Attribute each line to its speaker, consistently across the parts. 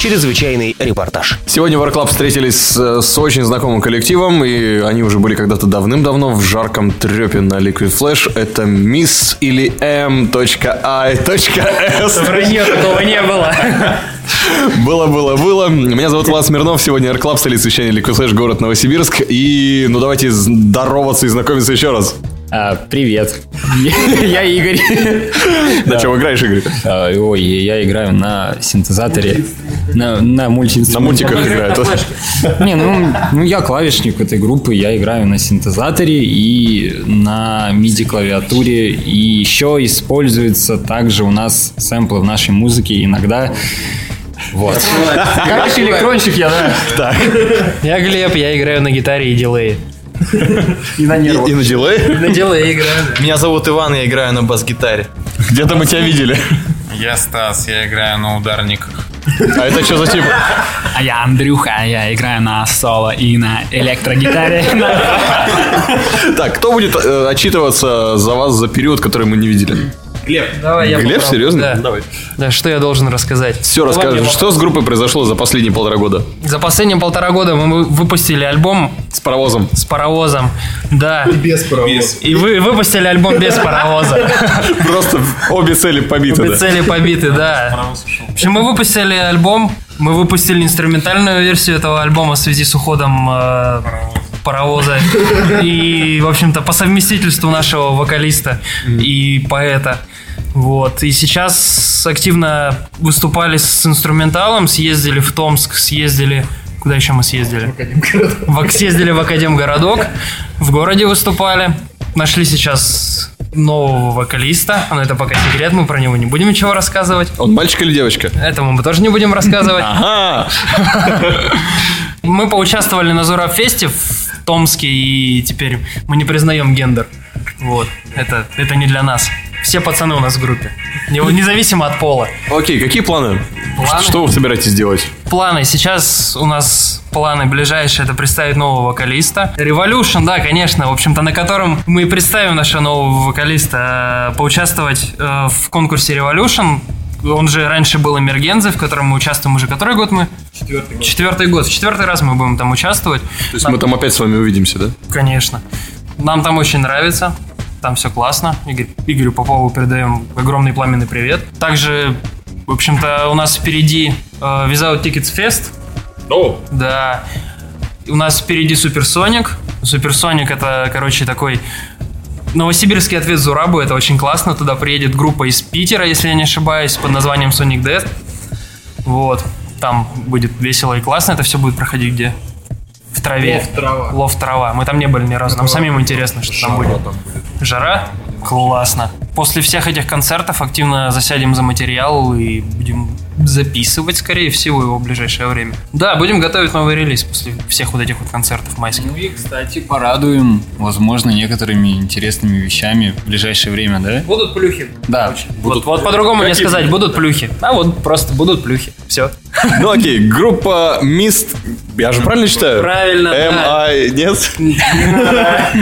Speaker 1: Чрезвычайный репортаж.
Speaker 2: Сегодня в Art Club встретились э, с, очень знакомым коллективом, и они уже были когда-то давным-давно в жарком трепе на Liquid Flash. Это Miss или M.I.S.
Speaker 3: Вранье такого не было.
Speaker 2: Было, было, было. Меня зовут Влад Смирнов. Сегодня Art Club, столица вещания Liquid Flash, город Новосибирск. И ну давайте здороваться и знакомиться еще раз.
Speaker 3: А, привет. Я Игорь.
Speaker 2: На чем играешь, Игорь?
Speaker 3: А, Ой, я играю на синтезаторе. На, на
Speaker 2: На
Speaker 3: мультиинструментах.
Speaker 2: мультиках играет.
Speaker 3: Не, ну, ну я клавишник этой группы, я играю на синтезаторе и на MIDI-клавиатуре. И еще используется также у нас сэмплы в нашей музыке иногда. Вот. Короче, электронщик я, да.
Speaker 4: Я Глеб, я играю на гитаре и дилее.
Speaker 2: И и на дилей?
Speaker 4: На дилее играю.
Speaker 5: Меня зовут Иван, я играю на бас-гитаре.
Speaker 2: Где-то мы тебя видели.
Speaker 6: Я Стас, я играю на ударниках.
Speaker 2: А это что за тип?
Speaker 7: А я Андрюха, я играю на соло и на электрогитаре.
Speaker 2: Так, кто будет э, отчитываться за вас за период, который мы не видели?
Speaker 4: Давай, я
Speaker 2: Глеб,
Speaker 4: попробую.
Speaker 2: серьезно?
Speaker 4: Да.
Speaker 2: Давай.
Speaker 4: Да, что я должен рассказать?
Speaker 2: Все, расскажи, что с группой произошло за последние полтора года?
Speaker 4: За последние полтора года мы вы- выпустили альбом
Speaker 2: С паровозом.
Speaker 4: с паровозом. Да.
Speaker 5: Без паровоз.
Speaker 4: И вы выпустили альбом без паровоза.
Speaker 2: Просто обе цели побиты.
Speaker 4: Обе
Speaker 2: да.
Speaker 4: цели побиты, да. В общем, мы выпустили альбом, мы выпустили инструментальную версию этого альбома в связи с уходом э, паровоза и, в общем-то, по совместительству нашего вокалиста и поэта. Вот. И сейчас активно выступали с инструменталом, съездили в Томск, съездили... Куда еще мы съездили? В, съездили в Академгородок, в городе выступали. Нашли сейчас нового вокалиста, но это пока секрет, мы про него не будем ничего рассказывать.
Speaker 2: Он мальчик или девочка?
Speaker 4: Этому мы тоже не будем рассказывать. А.
Speaker 2: Ага.
Speaker 4: Мы поучаствовали на Зурабфесте в Томске, и теперь мы не признаем гендер. Вот, это, это не для нас. Все пацаны у нас в группе. Не- Независимо от пола.
Speaker 2: Окей, какие планы?
Speaker 4: Планы?
Speaker 2: Что вы собираетесь делать?
Speaker 4: Планы. Сейчас у нас планы ближайшие это представить нового вокалиста. Revolution, да, конечно, в общем-то, на котором мы и представим нашего нового вокалиста э, поучаствовать э, в конкурсе Revolution. Он же раньше был Эмергензе, в котором мы участвуем уже который год мы? Четвертый год. Четвертый год. В четвертый раз мы будем там участвовать.
Speaker 2: То есть мы там опять с вами увидимся, да?
Speaker 4: Конечно. Нам там очень нравится. Там все классно. Игорь, Игорю Попову передаем огромный пламенный привет. Также, в общем-то, у нас впереди э, Without Tickets Fest. Да. И У нас впереди Суперсоник. Суперсоник это, короче, такой новосибирский ответ Зурабу. Это очень классно. Туда приедет группа из Питера, если я не ошибаюсь, под названием Sonic Death. Вот. Там будет весело и классно. Это все будет проходить где? В траве. Лов трава. Лов трава. Мы там не были ни разу. Нам самим интересно, что там будет. Жара? Классно. После всех этих концертов активно засядем за материал и будем записывать, скорее всего, его в ближайшее время. Да, будем готовить новый релиз после всех вот этих вот концертов майских.
Speaker 3: Ну и, кстати, порадуем, возможно, некоторыми интересными вещами в ближайшее время, да?
Speaker 4: Будут плюхи.
Speaker 3: Да.
Speaker 4: Вот, вот по-другому не сказать, будут плюхи. А вот просто будут плюхи. Все.
Speaker 2: Ну окей, группа Мист... Я же правильно читаю?
Speaker 4: Правильно, да.
Speaker 2: М.I. Нет?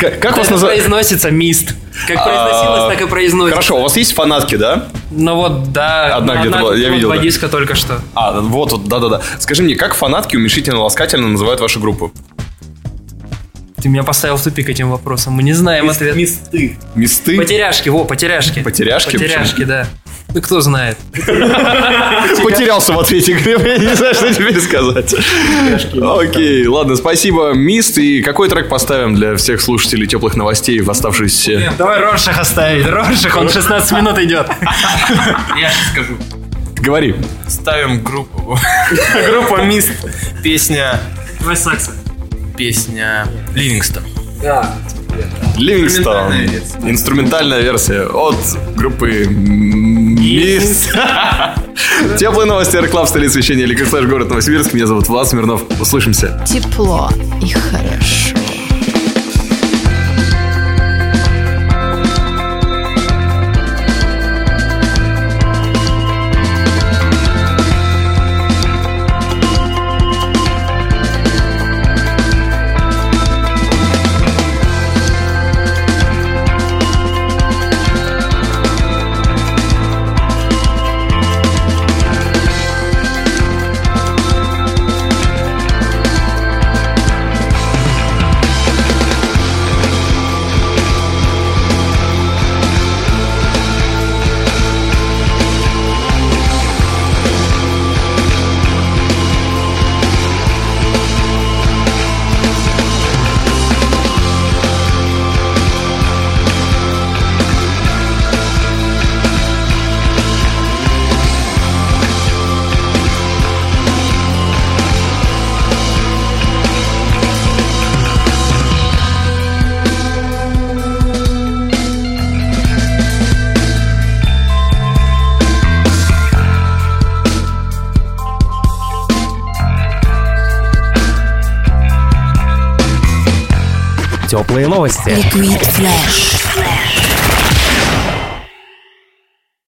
Speaker 2: Как- Как вас
Speaker 4: Как
Speaker 2: называют?
Speaker 4: произносится мист. Как
Speaker 2: А,
Speaker 4: произносилось, так и произносится.
Speaker 2: Хорошо, у вас есть фанатки, да?
Speaker 4: Ну вот, да.
Speaker 2: Одна где-то была, я
Speaker 4: вот
Speaker 2: видел,
Speaker 4: Два
Speaker 2: да.
Speaker 4: диска только что.
Speaker 2: А, вот, вот, да-да-да. Скажи мне, как фанатки уменьшительно-ласкательно называют вашу группу?
Speaker 4: Ты меня поставил в тупик этим вопросом. Мы не знаем ответ.
Speaker 2: Мисты?
Speaker 4: Потеряшки, во, потеряшки.
Speaker 2: Потеряшки?
Speaker 4: Потеряшки, да. Ну кто знает.
Speaker 2: Потерялся в ответе, Глеб, я не знаю, что тебе сказать. Окей, ладно, спасибо, Мист. И какой трек поставим для всех слушателей теплых новостей в оставшиеся...
Speaker 4: Давай Рошах оставить. Рошах, он 16 минут идет.
Speaker 5: Я сейчас скажу.
Speaker 2: Говори.
Speaker 5: Ставим группу. Группа Мист. Песня...
Speaker 4: Давай саксы.
Speaker 5: Песня Ливингстон.
Speaker 2: Ливингстон. Инструментальная версия от группы м, Мист. Теплые новости Аэроклаб, столица вещания Liquid Flash, город Новосибирск. Меня зовут Влад Смирнов. Услышимся.
Speaker 8: Тепло и хорошо.
Speaker 9: Теплые новости.
Speaker 1: Liquid Flash.